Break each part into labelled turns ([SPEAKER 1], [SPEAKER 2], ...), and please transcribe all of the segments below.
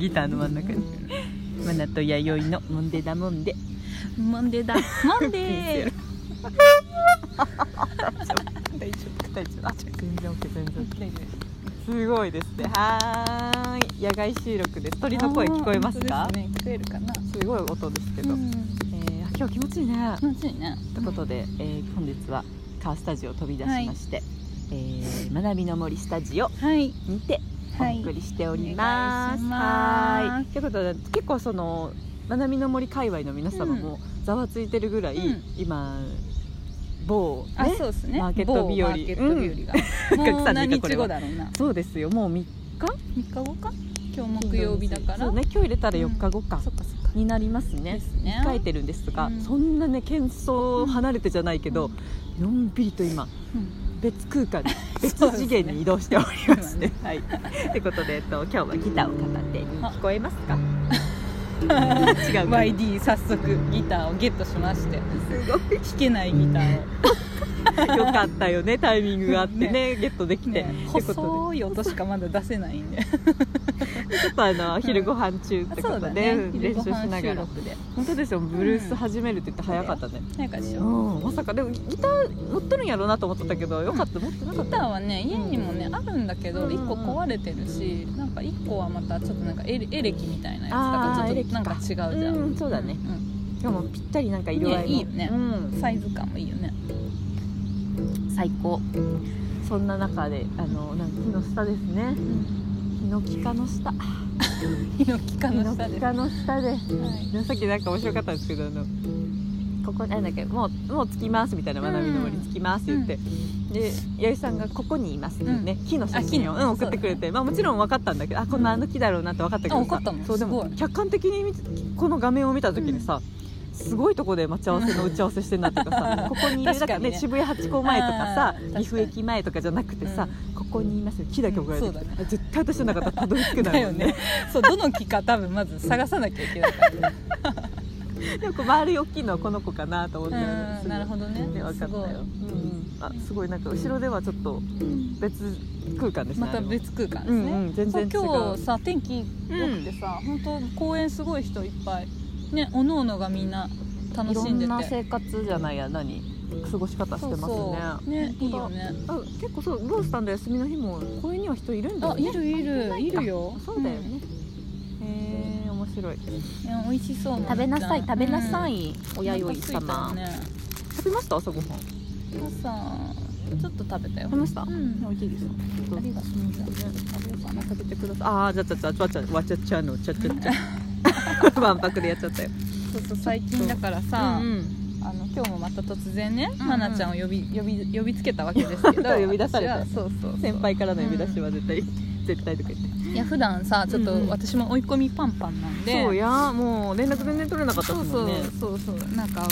[SPEAKER 1] ギターの真ん中に「マナと弥生のモンデダモンデ
[SPEAKER 2] モンデーだモン デー」
[SPEAKER 1] 大丈夫大丈夫あ全然 OK 全然 OK すごいですねはーい野外収録です鳥の声聞こえますか
[SPEAKER 2] あー本当ですね聞こえるかな
[SPEAKER 1] すごい音ですけど、えーあ今日気持ちいいね、
[SPEAKER 2] 気持ちいいね
[SPEAKER 1] ということで、えー本日はカースタジオを飛び出しまして、えー学びの森スタジオ
[SPEAKER 2] はい
[SPEAKER 1] にてお
[SPEAKER 2] はい
[SPEAKER 1] 送りしております。
[SPEAKER 2] お
[SPEAKER 1] は
[SPEAKER 2] 願いします
[SPEAKER 1] ーいということで結構その学びの森界隈の皆様もざわついてるぐらい、
[SPEAKER 2] うん
[SPEAKER 1] 今某
[SPEAKER 2] あ
[SPEAKER 1] ね
[SPEAKER 2] そうですね
[SPEAKER 1] マーケット日和
[SPEAKER 2] 某マーケット日 和が、
[SPEAKER 1] うん
[SPEAKER 2] もう何日後だろうな
[SPEAKER 1] そうですよもう3
[SPEAKER 2] 3日後か今日木曜日だから
[SPEAKER 1] そうね今日入れたら4日後か
[SPEAKER 2] そっかそっか
[SPEAKER 1] になりますね
[SPEAKER 2] ですね
[SPEAKER 1] 書いてるんですが、
[SPEAKER 2] うん
[SPEAKER 1] そんなね喧騒離れてじゃないけど、のんびりと今
[SPEAKER 2] うん
[SPEAKER 1] 別空 間に別
[SPEAKER 2] そうですね
[SPEAKER 1] 次元に移動しておりますね。はい。ということで、えっと、今日はギターを片手に聞こえます か？違うか。
[SPEAKER 2] YD 早速ギターをゲットしまして
[SPEAKER 1] すごい
[SPEAKER 2] 弾けないギターを
[SPEAKER 1] 良かったよねタイミングがあってねゲットできて、
[SPEAKER 2] ね
[SPEAKER 1] ということ
[SPEAKER 2] 細い音しかまだ出せない んで
[SPEAKER 1] でちょっとあの昼ご飯中ってことで、うん練
[SPEAKER 2] 昼
[SPEAKER 1] 習
[SPEAKER 2] ご
[SPEAKER 1] しな
[SPEAKER 2] 飯
[SPEAKER 1] が
[SPEAKER 2] 収
[SPEAKER 1] ら
[SPEAKER 2] 録で
[SPEAKER 1] 本当ですよブルース始めるって言って早かったね、
[SPEAKER 2] なんかし
[SPEAKER 1] う
[SPEAKER 2] ようん
[SPEAKER 1] まさかでもギギター持ってるんやろうなと思ってたけどよかった持ってなかっ
[SPEAKER 2] ギタ
[SPEAKER 1] た
[SPEAKER 2] ーはね家にもねあるんだけ
[SPEAKER 1] うん
[SPEAKER 2] ど
[SPEAKER 1] うんうん
[SPEAKER 2] 1個壊れてるしなんか1個はまたちょっとなんかエレエレキみたいなやつだ
[SPEAKER 1] あ
[SPEAKER 2] か
[SPEAKER 1] ー
[SPEAKER 2] ら
[SPEAKER 1] エ
[SPEAKER 2] ち
[SPEAKER 1] レ
[SPEAKER 2] ょっ
[SPEAKER 1] キ
[SPEAKER 2] と
[SPEAKER 1] か
[SPEAKER 2] なんか違うじゃん、
[SPEAKER 1] うんそうだねしかもぴったりなんか色合いも、
[SPEAKER 2] ねいいよね
[SPEAKER 1] うん
[SPEAKER 2] うんサイズ感もいいよね
[SPEAKER 1] 最高そんな中であのなんか木の下ですねヒノキ科の下ヒ
[SPEAKER 2] ヒノキ科の
[SPEAKER 1] ノ
[SPEAKER 2] 下
[SPEAKER 1] キ
[SPEAKER 2] で
[SPEAKER 1] 科の下で
[SPEAKER 2] はい
[SPEAKER 1] でもさっきなんか面白かったんですけどあのここなんだっけもうもう着きますみたいな学びの森
[SPEAKER 2] うん
[SPEAKER 1] 着きますって言って、で弥生さんがここにいますっていうね、木の写真を、う
[SPEAKER 2] あ木
[SPEAKER 1] ん、
[SPEAKER 2] の
[SPEAKER 1] 送ってくれて、まあもちろん分かったんだけどあこんなあの木だろうなって分かったけどさ
[SPEAKER 2] あ分かったの
[SPEAKER 1] そうです
[SPEAKER 2] ご
[SPEAKER 1] も
[SPEAKER 2] い
[SPEAKER 1] 客観的に見てこの画面を見た時にさ、すごいとこで待ち合わせの打ち合わせしてんなとか さここにいるだ
[SPEAKER 2] 確かにね
[SPEAKER 1] からね渋谷八甲前とかさ
[SPEAKER 2] あー確か
[SPEAKER 1] 岐
[SPEAKER 2] に
[SPEAKER 1] 阜駅前とかじゃなくてさ、ここにいますよ木だけ送られてきて、
[SPEAKER 2] うんそうだ
[SPEAKER 1] あ絶対私の中でたどり着けな
[SPEAKER 2] だ
[SPEAKER 1] いも
[SPEAKER 2] よ
[SPEAKER 1] んね
[SPEAKER 2] ねそうどの木か多分まず探さなきゃいけないからね
[SPEAKER 1] でもこう周り大きいのはこの子かなと思って
[SPEAKER 2] うんなるほどね
[SPEAKER 1] で分かったよ、
[SPEAKER 2] すごい
[SPEAKER 1] うん、あすごいなんか後ろではちょっと別空間ですね
[SPEAKER 2] また別空間
[SPEAKER 1] あ
[SPEAKER 2] で
[SPEAKER 1] れ
[SPEAKER 2] す
[SPEAKER 1] も
[SPEAKER 2] ね、
[SPEAKER 1] うん、うん、全然違う
[SPEAKER 2] 今日さ天気良くてさ、本当公園すごい人いっぱいねおのおのがみんな楽
[SPEAKER 1] いろ
[SPEAKER 2] しんで
[SPEAKER 1] ん
[SPEAKER 2] て
[SPEAKER 1] な生活じゃないや何過ごし方してますね
[SPEAKER 2] そうそうねいいよね
[SPEAKER 1] あ結構そうブースさんの休みの日も公園には人いるんだ
[SPEAKER 2] あ
[SPEAKER 1] よね
[SPEAKER 2] いるいるいるよ
[SPEAKER 1] そうだよね、へえ面白い
[SPEAKER 2] うんいや美味しそう
[SPEAKER 1] 食べなさい食べなさ
[SPEAKER 2] うん
[SPEAKER 1] い、おやよい
[SPEAKER 2] お
[SPEAKER 1] 様、
[SPEAKER 2] 腹空い
[SPEAKER 1] 食べました朝ごはん食
[SPEAKER 2] たね朝ちょっと食べたよ
[SPEAKER 1] べました、
[SPEAKER 2] うん
[SPEAKER 1] おいしいですよ
[SPEAKER 2] ありがとうございます
[SPEAKER 1] 食べようかな食べてくださいああじゃあじゃあじゃあじゃあわちゃちゃのちゃちゃ ちゃわんぱくでやっちゃったよ
[SPEAKER 2] ちょっと最近だからさ、
[SPEAKER 1] うんうん
[SPEAKER 2] あの今日もまた突然ね、
[SPEAKER 1] うん
[SPEAKER 2] まなちゃんを呼び呼び呼びつけたわけですけど
[SPEAKER 1] 呼び出された
[SPEAKER 2] 私はそうそうそう
[SPEAKER 1] 先輩からの呼び出しは絶対、絶対とか言って
[SPEAKER 2] いや普段さちょっ
[SPEAKER 1] うんうん
[SPEAKER 2] と私も追い込みパンパンなんで、
[SPEAKER 1] そうやもう連絡全然取れなかった
[SPEAKER 2] そ
[SPEAKER 1] で
[SPEAKER 2] う
[SPEAKER 1] す
[SPEAKER 2] そ
[SPEAKER 1] もん
[SPEAKER 2] う
[SPEAKER 1] ね
[SPEAKER 2] そうそうなんか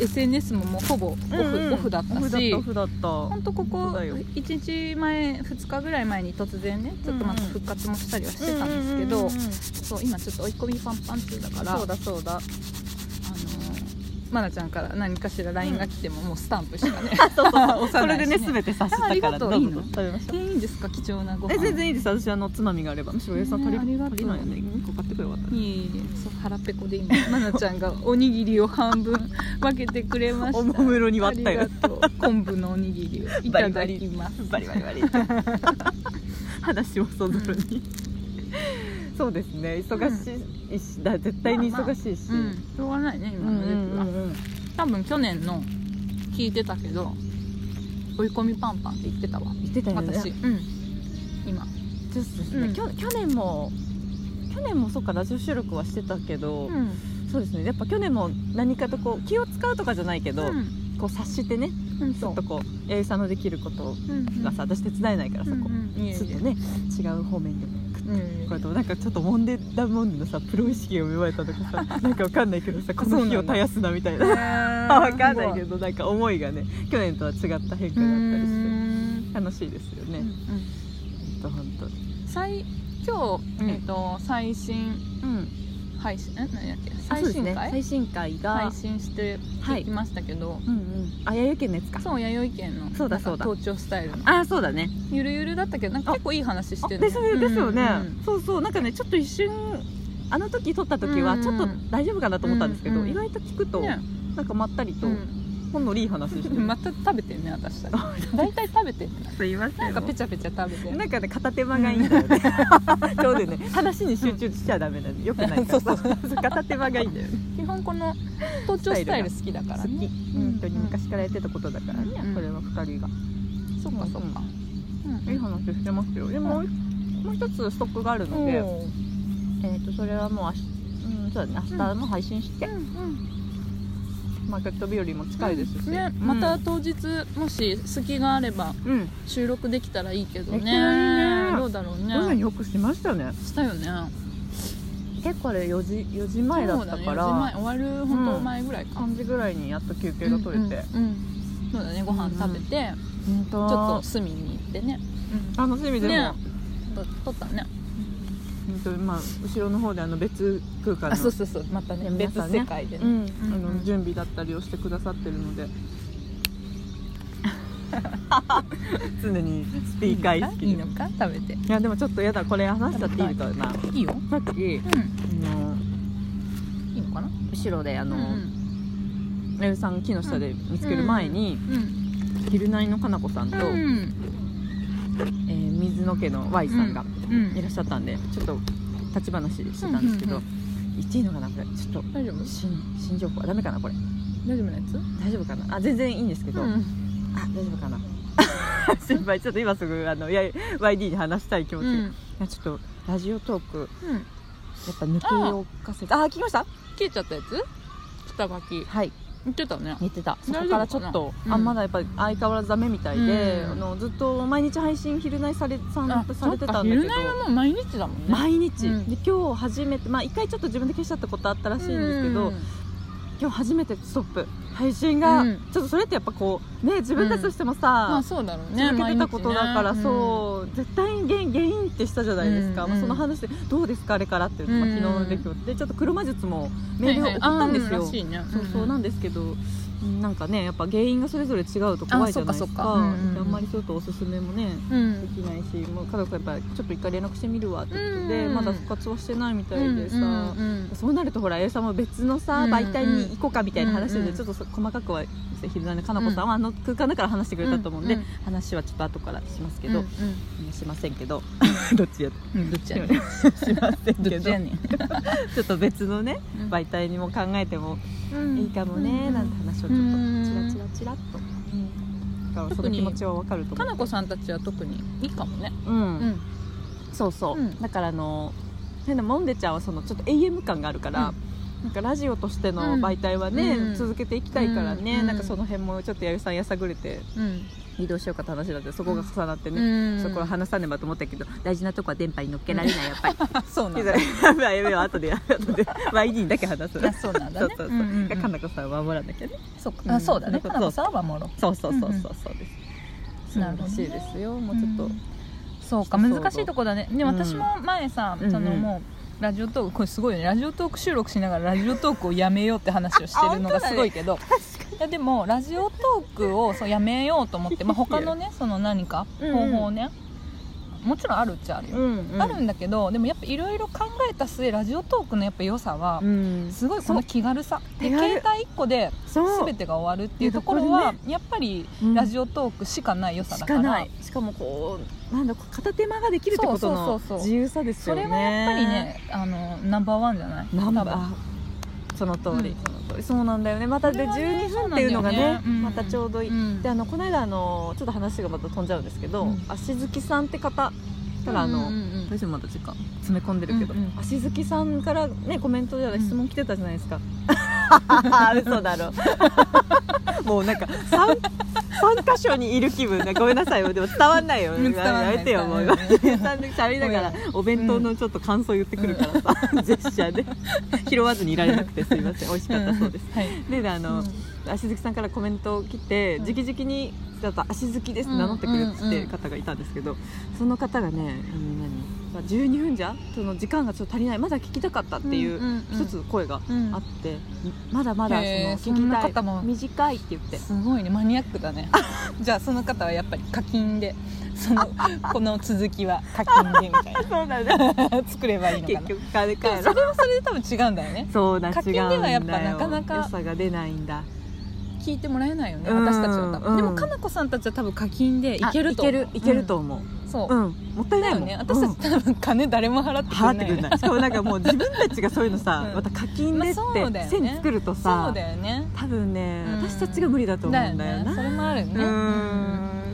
[SPEAKER 2] SNS ももうほぼオフ,、
[SPEAKER 1] うんうん
[SPEAKER 2] オフだった
[SPEAKER 1] オフだっ
[SPEAKER 2] した
[SPEAKER 1] オフだった
[SPEAKER 2] ほんとこ
[SPEAKER 1] 本
[SPEAKER 2] こ
[SPEAKER 1] 当だよ
[SPEAKER 2] 1日前2日ぐらい前に突然ねちょっとまた
[SPEAKER 1] うんうん
[SPEAKER 2] 復活もしたりはしてたんですけど、
[SPEAKER 1] ううううん
[SPEAKER 2] そう今ちょっと追い込みパンパン中だから
[SPEAKER 1] そうだそうだ
[SPEAKER 2] あのまなちゃんから何かしら LINE が来てももうスタンプし かね、
[SPEAKER 1] そうそう
[SPEAKER 2] 押
[SPEAKER 1] そ
[SPEAKER 2] さな
[SPEAKER 1] れ
[SPEAKER 2] い
[SPEAKER 1] で
[SPEAKER 2] し
[SPEAKER 1] ね
[SPEAKER 2] ね
[SPEAKER 1] 全て察し
[SPEAKER 2] ああ
[SPEAKER 1] た
[SPEAKER 2] り
[SPEAKER 1] から
[SPEAKER 2] がとう
[SPEAKER 1] どうぞ
[SPEAKER 2] いいの
[SPEAKER 1] 食べました
[SPEAKER 2] でいいんですか貴重なご飯
[SPEAKER 1] え全然いいです私あのつまみがあればむしろおやさん取り
[SPEAKER 2] ねありがとう
[SPEAKER 1] 取りないよね2個買ってくればよかった
[SPEAKER 2] いえいえそう腹ペコで今まなちゃんがおにぎりを半分分けてくれました
[SPEAKER 1] おもむろに割ったよ
[SPEAKER 2] ありがとう昆布のおにぎりをいただきます
[SPEAKER 1] バリバリバリって 話もそぞろに、そうですね忙しいし、だ絶対に忙しいし、
[SPEAKER 2] うんしょうがないね今の時期は、多分去年の聞いてたけど追い込みパンパンって言ってたわ
[SPEAKER 1] 言ってたよね
[SPEAKER 2] 私、うん、今
[SPEAKER 1] そうですね
[SPEAKER 2] うん
[SPEAKER 1] きょ去年も去年もそうかラジオ収録はしてたけど、そうですねやっぱ去年も何かとこう気を使うとかじゃないけど、
[SPEAKER 2] うん
[SPEAKER 1] こう察してね
[SPEAKER 2] うん
[SPEAKER 1] ちょ
[SPEAKER 2] そ
[SPEAKER 1] っ
[SPEAKER 2] う
[SPEAKER 1] とこう八重さんのできること
[SPEAKER 2] うんうん
[SPEAKER 1] がさ、私手伝えないからさ、こ
[SPEAKER 2] うんうんいうえいえ
[SPEAKER 1] ちょっとね違う方面でも
[SPEAKER 2] うんうん
[SPEAKER 1] これとなんかちょっともんでだもんでのさプロ意識が芽生えたとか さなんかわかんないけどさこの
[SPEAKER 2] そう
[SPEAKER 1] 火
[SPEAKER 2] な
[SPEAKER 1] を
[SPEAKER 2] んだ
[SPEAKER 1] 絶やすなみたいな わ
[SPEAKER 2] わ
[SPEAKER 1] かんないけどなんか思いがね去年とは違った変化
[SPEAKER 2] う
[SPEAKER 1] があったりして
[SPEAKER 2] ん
[SPEAKER 1] 楽しいですよね、ほんとほんと
[SPEAKER 2] 最今日、
[SPEAKER 1] うん
[SPEAKER 2] えっと最新
[SPEAKER 1] うん
[SPEAKER 2] 配信え何やっけ
[SPEAKER 1] あ
[SPEAKER 2] 最
[SPEAKER 1] そうです
[SPEAKER 2] 新
[SPEAKER 1] ね
[SPEAKER 2] 回、
[SPEAKER 1] 最新回が、
[SPEAKER 2] 配信していきましたけど、
[SPEAKER 1] うんうんあやゆけんのやつか
[SPEAKER 2] そう弥生県の
[SPEAKER 1] そうだそうだ
[SPEAKER 2] 登頂スタイルの
[SPEAKER 1] あそうだね
[SPEAKER 2] ゆるゆるだったけどなんか結構いい話してる
[SPEAKER 1] ですねですよね、
[SPEAKER 2] うんうん
[SPEAKER 1] そうそうなんかねちょっと一瞬あの時撮った時は
[SPEAKER 2] うん
[SPEAKER 1] ちょっと大丈夫かなと思ったんですけど、
[SPEAKER 2] うん
[SPEAKER 1] 意外と聞くと、
[SPEAKER 2] ね
[SPEAKER 1] なんかまったりと、
[SPEAKER 2] うん
[SPEAKER 1] ほんのりいい話してる、
[SPEAKER 2] また食べてんね 私たち大体食べてんね
[SPEAKER 1] すいません
[SPEAKER 2] なんかペチャペチャ食べて
[SPEAKER 1] なんかね片手間がいいんだよ ね、そうだよね話に集中しちゃダメなんでよくないから
[SPEAKER 2] そうそう
[SPEAKER 1] そう 片手間がいいんだよね
[SPEAKER 2] 基本この登頂スタイル好きだから
[SPEAKER 1] 好き
[SPEAKER 2] ね
[SPEAKER 1] 本当に昔からやってたことだからね、
[SPEAKER 2] うん
[SPEAKER 1] これは二人が
[SPEAKER 2] そっかそっかうん
[SPEAKER 1] いい話してますよでも、もう一つストックがあるので、
[SPEAKER 2] おー
[SPEAKER 1] えっ、とそれはもう明日うんそうだね明日も配信して、マーケット日よりも近いですし、
[SPEAKER 2] ね
[SPEAKER 1] うん
[SPEAKER 2] また当日もし隙があれば
[SPEAKER 1] うん、
[SPEAKER 2] 収録できたらいいけど
[SPEAKER 1] できたらいい
[SPEAKER 2] ね
[SPEAKER 1] ね
[SPEAKER 2] どうだろう
[SPEAKER 1] どう
[SPEAKER 2] ね
[SPEAKER 1] よくしましたね
[SPEAKER 2] したよね
[SPEAKER 1] 結構あれ4時4時前だった
[SPEAKER 2] そ
[SPEAKER 1] か
[SPEAKER 2] うだね4時前
[SPEAKER 1] ら、
[SPEAKER 2] 終わる本当前ぐらいか
[SPEAKER 1] 3時ぐらいにやっと休憩が取れて、
[SPEAKER 2] うんうんうんそうだねご飯食べて
[SPEAKER 1] 本当
[SPEAKER 2] ちょっと隅に行ってね
[SPEAKER 1] 楽しみでも、
[SPEAKER 2] ねと撮ったね
[SPEAKER 1] 本当にまあ後ろの方であの別空間の
[SPEAKER 2] あそうそうそうまたね
[SPEAKER 1] ね
[SPEAKER 2] 別
[SPEAKER 1] 皆さんね
[SPEAKER 2] 世界で
[SPEAKER 1] う
[SPEAKER 2] ね
[SPEAKER 1] ん
[SPEAKER 2] うん
[SPEAKER 1] あの準備だったりをしてくださってるので 常にスピーカー意識
[SPEAKER 2] いい
[SPEAKER 1] で
[SPEAKER 2] のか食べて
[SPEAKER 1] いやでもちょっとやだこれ話しちゃっていいかない
[SPEAKER 2] いよ
[SPEAKER 1] さっき
[SPEAKER 2] う
[SPEAKER 1] あの
[SPEAKER 2] んいいのかな
[SPEAKER 1] 後ろであ
[SPEAKER 2] あ
[SPEAKER 1] の、
[SPEAKER 2] うん
[SPEAKER 1] レウさん木の下で見つける前に
[SPEAKER 2] うんう
[SPEAKER 1] 「
[SPEAKER 2] ん
[SPEAKER 1] 昼ナイのかなこさんと、
[SPEAKER 2] うん
[SPEAKER 1] えー水野家の Y さんが
[SPEAKER 2] うん
[SPEAKER 1] いらっしゃったんでちょっと立ち話してたんですけど、
[SPEAKER 2] うん
[SPEAKER 1] 言っていいのかなこれちょっと
[SPEAKER 2] 大丈夫
[SPEAKER 1] 新新情報はダメかなこれ
[SPEAKER 2] 大丈夫なやつ
[SPEAKER 1] 大丈夫かなあ全然いいんですけど、あ
[SPEAKER 2] ん
[SPEAKER 1] 大丈夫かな 先輩ちょっと今すぐあのいや YD に話したい気持ち、いやちょっとラジオトーク
[SPEAKER 2] うん
[SPEAKER 1] やっぱ抜けをかせてああ聞きました
[SPEAKER 2] 消えちゃったやつ下書き
[SPEAKER 1] はい
[SPEAKER 2] 言ってたね
[SPEAKER 1] 寝てたそこ
[SPEAKER 2] 大丈夫
[SPEAKER 1] からちょっと
[SPEAKER 2] かな
[SPEAKER 1] あ
[SPEAKER 2] うん
[SPEAKER 1] まだやっぱり相変わらずダメみたいで、
[SPEAKER 2] うん
[SPEAKER 1] あのずっと毎日配信「昼寝されさん
[SPEAKER 2] あ
[SPEAKER 1] されてたんだ
[SPEAKER 2] そっか昼
[SPEAKER 1] けど
[SPEAKER 2] 寝はもう毎日だもんね
[SPEAKER 1] 毎日、
[SPEAKER 2] うん
[SPEAKER 1] で今日初めてまあ一回ちょっと自分で消しちゃったことあったらしいんですけど、
[SPEAKER 2] うん
[SPEAKER 1] 今日初めてストップ配信が、
[SPEAKER 2] うん
[SPEAKER 1] ちょっとそれってやっぱこうね自分たちとしても
[SPEAKER 2] ま
[SPEAKER 1] さ
[SPEAKER 2] あ、そうだろうね
[SPEAKER 1] 続けてたことだから、
[SPEAKER 2] 毎日ね
[SPEAKER 1] そう、絶対に原原因ってしたじゃないですか、
[SPEAKER 2] うん
[SPEAKER 1] まあ、その話でどうですかあれからっていうの、まあ、
[SPEAKER 2] うん
[SPEAKER 1] 昨日の出来事でちょっと車術も
[SPEAKER 2] うん
[SPEAKER 1] メールを送ったんです
[SPEAKER 2] はい
[SPEAKER 1] よ、
[SPEAKER 2] はいあうんらしいね
[SPEAKER 1] そうそうなんんですけど、なんかねやっぱ原因がそれぞれ違うと怖いじゃないですか
[SPEAKER 2] あそっかそっかうん
[SPEAKER 1] であんまりちょっとおすすめもね
[SPEAKER 2] うん
[SPEAKER 1] できないしもう家族やっぱちょっと一回連絡してみるわってことで、
[SPEAKER 2] うん
[SPEAKER 1] まだ復活はしてないみたいでさ、
[SPEAKER 2] うんうん
[SPEAKER 1] そうなるとほら A さんも別のさ
[SPEAKER 2] うん
[SPEAKER 1] 媒体に行こうかみたいな話で、
[SPEAKER 2] うんうん
[SPEAKER 1] ちょっとそ細かくは「ひるなのかなこさんはあの空間だから話してくれたと思うんで、
[SPEAKER 2] うんうん
[SPEAKER 1] 話はちょっと後からしますけ
[SPEAKER 2] うん
[SPEAKER 1] ど、
[SPEAKER 2] うん
[SPEAKER 1] しませんけどどっちや
[SPEAKER 2] うん うんどっちやねん
[SPEAKER 1] しませんけ
[SPEAKER 2] ど
[SPEAKER 1] ど
[SPEAKER 2] っちやねん
[SPEAKER 1] ちょっと別のね媒体にも考えてもいいかもね、なんて話をちょっとチラチラチラっと、だからその気持ちはわかると
[SPEAKER 2] か
[SPEAKER 1] 思う
[SPEAKER 2] なこさんたちは特にいいかもね
[SPEAKER 1] うん
[SPEAKER 2] うん
[SPEAKER 1] そうそう、
[SPEAKER 2] うん
[SPEAKER 1] だからあの変なもんでちゃんはそのちょっと AM 感があるから、なんかラジオとしての媒体はね、
[SPEAKER 2] うん
[SPEAKER 1] 続けていきたいからね、
[SPEAKER 2] うん
[SPEAKER 1] なんかその辺もちょっと弥生さんやさぐれて
[SPEAKER 2] うん
[SPEAKER 1] 移動しようかって話なんでそこが重なってね、
[SPEAKER 2] うん
[SPEAKER 1] そこは話さねばと思ったけど大事なとこは電波に乗っけられないやっぱり
[SPEAKER 2] あそうなん だ
[SPEAKER 1] やばいやばい後で後で YD にだけ話す
[SPEAKER 2] あそうなんだね
[SPEAKER 1] そうそうそう、
[SPEAKER 2] んんん
[SPEAKER 1] かなこさんは守らなきゃね
[SPEAKER 2] そうか
[SPEAKER 1] う
[SPEAKER 2] あ
[SPEAKER 1] ん
[SPEAKER 2] そうだね
[SPEAKER 1] そ
[SPEAKER 2] か
[SPEAKER 1] う
[SPEAKER 2] なこさんは守ろ
[SPEAKER 1] そうそうそうそう
[SPEAKER 2] うんうん
[SPEAKER 1] そうです、
[SPEAKER 2] なるほどね
[SPEAKER 1] そうらしいですよもうちょっと、
[SPEAKER 2] うんうそうか
[SPEAKER 1] そうそう
[SPEAKER 2] 難しいとこだねで
[SPEAKER 1] うん
[SPEAKER 2] 私も前さ
[SPEAKER 1] うんうん
[SPEAKER 2] そのもうラジオトークこれすごいよねラジオトーク収録しながらラジオトークをやめようって話をしてるのがすごいけどいやでもラジオトークをそうやめよう と思って、まあ、他のねその何か
[SPEAKER 1] うん
[SPEAKER 2] 方法をね、もちろんあるっちゃあるよ、
[SPEAKER 1] ん
[SPEAKER 2] あるんだけどでもやっぱいろいろ考えた末ラジオトークのやっぱ良さは、
[SPEAKER 1] うん
[SPEAKER 2] すごいこの気軽さで
[SPEAKER 1] 手軽
[SPEAKER 2] 携帯1個で
[SPEAKER 1] そう
[SPEAKER 2] 全てが終わるっていうと
[SPEAKER 1] い
[SPEAKER 2] ころ
[SPEAKER 1] やこ
[SPEAKER 2] は
[SPEAKER 1] れ
[SPEAKER 2] やっぱり
[SPEAKER 1] うん
[SPEAKER 2] ラジオトークしかない良さ
[SPEAKER 1] し
[SPEAKER 2] だから、
[SPEAKER 1] かないしかもこうなんだこう片手間ができるってこと
[SPEAKER 2] そう
[SPEAKER 1] の
[SPEAKER 2] そうそうそう
[SPEAKER 1] 自由さです
[SPEAKER 2] そ
[SPEAKER 1] よね
[SPEAKER 2] れはやっぱりねあのナンバーワンじゃない
[SPEAKER 1] ナンバ
[SPEAKER 2] 多分
[SPEAKER 1] ーその通り、
[SPEAKER 2] うん
[SPEAKER 1] その通りそうなんだよねまた
[SPEAKER 2] そ
[SPEAKER 1] で
[SPEAKER 2] れはね
[SPEAKER 1] 12分っていうのがね
[SPEAKER 2] そうなんだよねうん
[SPEAKER 1] またちょうどいい、
[SPEAKER 2] うん
[SPEAKER 1] であのこの間あのちょっと話がまた飛んじゃうんですけど、
[SPEAKER 2] うん
[SPEAKER 1] 足月さんって方からあの、
[SPEAKER 2] うんうんうん
[SPEAKER 1] 大丈夫まだ時間詰め込んでるけど、
[SPEAKER 2] うんうん
[SPEAKER 1] 足月さんからねコメントじゃない質問来てたじゃないですか、 嘘だろもうなんか 3, 3箇所にいる気分ねごめんなさいでも伝わんないよ
[SPEAKER 2] うん伝わんない
[SPEAKER 1] やめてよもう
[SPEAKER 2] 伝わんない
[SPEAKER 1] 3で喋りながらお弁当のちょっと感想言ってくるからさ、ジェスチャーで拾わずにいられなくてすいません美味しかったそうです、
[SPEAKER 2] はい
[SPEAKER 1] であの、
[SPEAKER 2] うん
[SPEAKER 1] 足月さんからコメントを来て、
[SPEAKER 2] うん
[SPEAKER 1] 直々に「ちょっと足月です」って名乗ってくれって方がいたんですけど、その方がねあの何さ12分じゃその時間がちょっと足りないまだ聞きたかったってい
[SPEAKER 2] うんうん
[SPEAKER 1] う
[SPEAKER 2] うん
[SPEAKER 1] 一つ声が
[SPEAKER 2] うん
[SPEAKER 1] あって、まだまだその
[SPEAKER 2] へー
[SPEAKER 1] 聞
[SPEAKER 2] そん
[SPEAKER 1] き
[SPEAKER 2] な
[SPEAKER 1] たい
[SPEAKER 2] 方も
[SPEAKER 1] 短いって言って
[SPEAKER 2] すごいねマニアック だねじゃあその方はやっぱり課金でそのこの続きは課金でみ たい
[SPEAKER 1] そうだね
[SPEAKER 2] な作ればいいのかな
[SPEAKER 1] 結局金
[SPEAKER 2] でも
[SPEAKER 1] 返
[SPEAKER 2] そ
[SPEAKER 1] ろ
[SPEAKER 2] れはそれで多分違うんだよね
[SPEAKER 1] そうだ違
[SPEAKER 2] 課
[SPEAKER 1] うん
[SPEAKER 2] 金
[SPEAKER 1] だ
[SPEAKER 2] で
[SPEAKER 1] よ
[SPEAKER 2] はやっぱなかなか
[SPEAKER 1] 良さが出ないんだ
[SPEAKER 2] 聞いてもらえないよね
[SPEAKER 1] うん
[SPEAKER 2] 私たちは多分、
[SPEAKER 1] うん
[SPEAKER 2] でもかなこさんたちは多分課金でい
[SPEAKER 1] あ
[SPEAKER 2] けると思う
[SPEAKER 1] いけるいけると思う、
[SPEAKER 2] うんそう、
[SPEAKER 1] うんもったいな
[SPEAKER 2] だ
[SPEAKER 1] い
[SPEAKER 2] よ
[SPEAKER 1] もん、
[SPEAKER 2] ね私た
[SPEAKER 1] うん
[SPEAKER 2] ち多分金誰も払ってく
[SPEAKER 1] 払
[SPEAKER 2] れ
[SPEAKER 1] って
[SPEAKER 2] な
[SPEAKER 1] くれ
[SPEAKER 2] い,、
[SPEAKER 1] ないしかもなんかもう自分たちがそういうのさ、
[SPEAKER 2] うん
[SPEAKER 1] また課金でっ
[SPEAKER 2] まあそうだよ
[SPEAKER 1] て
[SPEAKER 2] ね
[SPEAKER 1] 線作ると
[SPEAKER 2] そ
[SPEAKER 1] さ
[SPEAKER 2] う、だよね
[SPEAKER 1] 多分ね、
[SPEAKER 2] うん
[SPEAKER 1] 私たちが無理だと思うんだよ
[SPEAKER 2] そ
[SPEAKER 1] な
[SPEAKER 2] れもあるよね
[SPEAKER 1] うー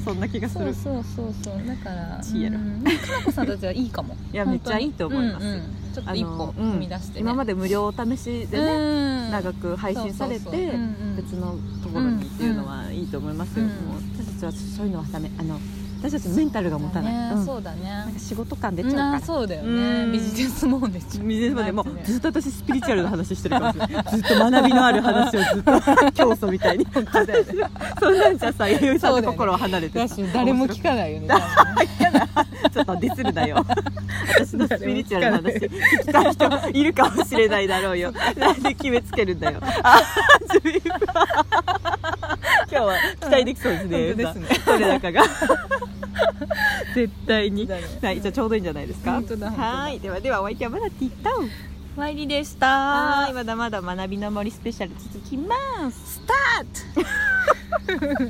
[SPEAKER 1] んそんな気がす
[SPEAKER 2] そう
[SPEAKER 1] る
[SPEAKER 2] そうそうそうだから
[SPEAKER 1] 知恵やろ
[SPEAKER 2] うんかなこさんたちはいいかも
[SPEAKER 1] いやめっちゃいいと思います
[SPEAKER 2] 本当にうんうんちょっと一歩
[SPEAKER 1] あのうん
[SPEAKER 2] 踏み出してね、
[SPEAKER 1] 今まで無料お試しでね、
[SPEAKER 2] ね
[SPEAKER 1] 長く配信されて別のところにっていうのはいいと思いますよ、
[SPEAKER 2] うん
[SPEAKER 1] もう私たちはそういうのはダメあの私たちのメンタルが持たない、うん
[SPEAKER 2] そうだね
[SPEAKER 1] なんか仕事感出
[SPEAKER 2] う
[SPEAKER 1] ちゃ
[SPEAKER 2] ん
[SPEAKER 1] うから
[SPEAKER 2] あそうだよ
[SPEAKER 1] う
[SPEAKER 2] ね
[SPEAKER 1] ん
[SPEAKER 2] ビジネスモードでちゃう
[SPEAKER 1] 水までもう
[SPEAKER 2] なんかね
[SPEAKER 1] ずっと私スピリチュアルの話してるかもしれないずっと学びのある話をずっと教祖みたいに本当だよ、ね、そんなんじゃさ弥生さんの心を離れて
[SPEAKER 2] だ
[SPEAKER 1] さ、
[SPEAKER 2] し誰も聞かないよ ね多分ね
[SPEAKER 1] ちょっとディスるだよ私のスピリチュアルの話聞きたい人いるかもしれないだろうよなんで決めつけるんだ よあ自分今日は期待できそうですね、
[SPEAKER 2] うん本当ですね
[SPEAKER 1] どれだ かが絶対に、
[SPEAKER 2] だね
[SPEAKER 1] はいじゃあちょうどいいんじゃないですか
[SPEAKER 2] 本当だ本当だ
[SPEAKER 1] はいではではお相手はまだティッタウン
[SPEAKER 2] 参りでした
[SPEAKER 1] はいまだまだ学びの森スペシャル続きます
[SPEAKER 2] スタート